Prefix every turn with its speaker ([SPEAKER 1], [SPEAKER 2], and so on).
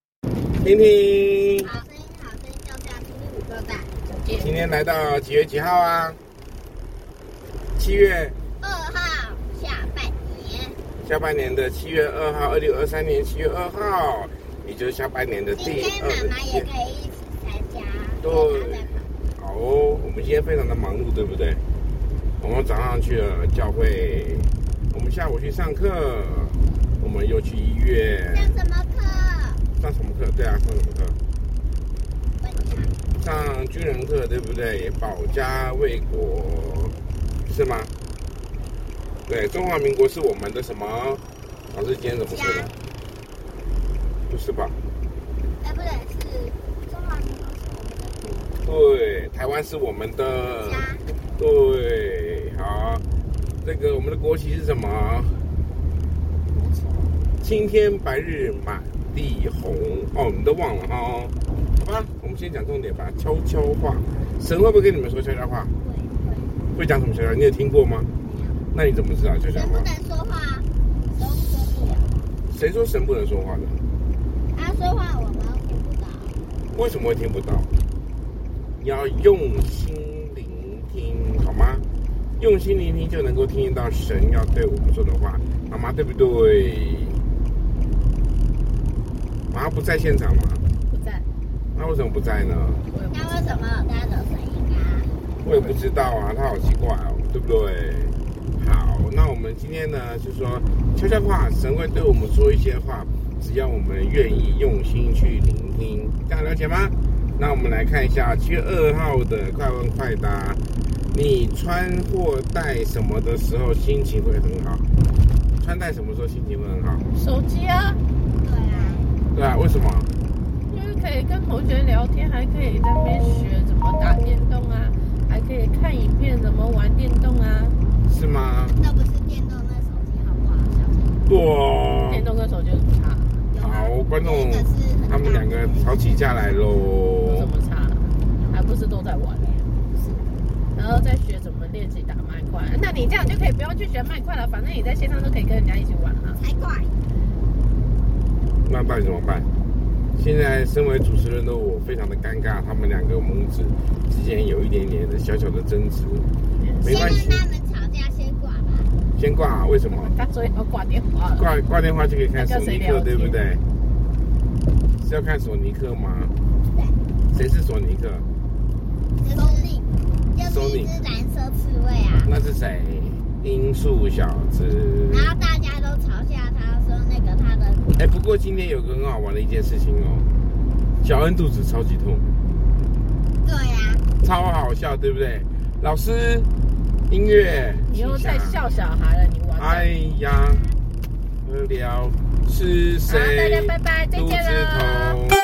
[SPEAKER 1] 听听，
[SPEAKER 2] 好声音，好声音叫价，听听五个赞，九
[SPEAKER 1] 今
[SPEAKER 2] 件。
[SPEAKER 1] 天来到几月几号啊？七月
[SPEAKER 2] 二号下半年，
[SPEAKER 1] 下半年的七月二号，二零二三年七月二号，也就是下半年的
[SPEAKER 2] 今
[SPEAKER 1] 第
[SPEAKER 2] 天
[SPEAKER 1] 二
[SPEAKER 2] 妈
[SPEAKER 1] 个
[SPEAKER 2] 妈也
[SPEAKER 1] 天
[SPEAKER 2] 可。以一起参加。
[SPEAKER 1] 对好哦，我们今天非常的忙碌，对不对？我们早上去了教会，我们下午去上课，我们又去医院
[SPEAKER 2] 上什么课？
[SPEAKER 1] 上什么课？对啊，上什么课？
[SPEAKER 2] 问他。
[SPEAKER 1] 上军人课对不对？保家卫国是吗？对，中华民国是我们的什么？老师今天怎么说的
[SPEAKER 2] 家？
[SPEAKER 1] 不是吧？
[SPEAKER 2] 哎，不对，是中华民国是我们的国
[SPEAKER 1] 对，台湾是我们的。
[SPEAKER 2] 家。
[SPEAKER 1] 对，好，这个我们的国旗是什么？青天白日满地红。哦，你都忘了哈、好吧，我们先讲重点吧。悄悄话，神会不会跟你们说悄悄话？
[SPEAKER 2] 会会
[SPEAKER 1] 会讲什么悄悄话？你有听过吗？
[SPEAKER 2] 没有？
[SPEAKER 1] 那你怎么知道悄悄
[SPEAKER 2] 人
[SPEAKER 1] 话
[SPEAKER 2] 不？能说话，都说不了。
[SPEAKER 1] 谁说神不能说话呢？
[SPEAKER 2] 他说话我们听不到，
[SPEAKER 1] 为什么会听不到？你要用心聆听，好吗？用心聆听就能够听得到神要对我们说的话，妈妈对不对？妈妈不在现场吗？
[SPEAKER 3] 不在，
[SPEAKER 1] 那为什么不在呢？
[SPEAKER 3] 我也不
[SPEAKER 2] 那为什么有他的声音啊？
[SPEAKER 1] 我也不知道啊，她好奇怪哦，对不对？好，那我们今天呢，就说悄悄话，神会对我们说一些话，只要我们愿意用心去聆听，这样了解吗？那我们来看一下七月二号的快问快答，你穿或戴什么的时候心情会很好？穿戴什么时候心情会很好？
[SPEAKER 3] 手机啊，
[SPEAKER 2] 对啊，
[SPEAKER 1] 对啊，为什么？
[SPEAKER 3] 因为可以跟同学聊天，还可以在那边学怎么打电动啊，还可以看影片怎么玩电动啊。
[SPEAKER 1] 是吗？
[SPEAKER 2] 那不是电动那手机好不好？小姐，
[SPEAKER 1] 哇！
[SPEAKER 3] 电动跟手机有什么差？
[SPEAKER 2] 有吗
[SPEAKER 1] 哦好，观众
[SPEAKER 2] 那个是很大
[SPEAKER 1] 他们两个吵起架来
[SPEAKER 3] 有
[SPEAKER 1] 喽
[SPEAKER 3] 什。么差？还不是都在玩、然后再学怎么练习打麦块。那你这样就可以不用去学麦块了，反正你在线上都可以跟人家一起玩啊。
[SPEAKER 2] 才怪。
[SPEAKER 1] 那到底怎么办？现在身为主持人的我非常的尴尬，他们两个母子之间有一点点的小小的争执，没关系
[SPEAKER 2] 嗯先跟他们吵架，先挂吧。
[SPEAKER 1] 先挂、啊，为什么？
[SPEAKER 3] 他所以要挂电话了。
[SPEAKER 1] 挂啊挂电话就可以看索尼
[SPEAKER 3] 那
[SPEAKER 1] 克，
[SPEAKER 3] 跟谁聊天
[SPEAKER 1] 对不对？是要看索尼克吗？
[SPEAKER 2] 对，
[SPEAKER 1] 谁是索尼克？
[SPEAKER 2] 这是另，就是一只蓝色刺猬啊。
[SPEAKER 1] 那是谁？音速小子。
[SPEAKER 2] 然后大家都嘲笑他，说那个他的
[SPEAKER 1] 哎，不过今天有个很好玩的一件事情哦，小恩肚子超级痛，
[SPEAKER 2] 对啊呀、
[SPEAKER 1] 超好笑，对不对？老师，音乐，
[SPEAKER 3] 你又
[SPEAKER 1] 请下
[SPEAKER 3] 在笑小孩了，你玩的。
[SPEAKER 1] 哎呀，无聊是
[SPEAKER 3] 好，大
[SPEAKER 1] 谁？
[SPEAKER 3] 家拜拜，再
[SPEAKER 1] 肚
[SPEAKER 3] 见
[SPEAKER 1] 子
[SPEAKER 3] 了。
[SPEAKER 1] 痛。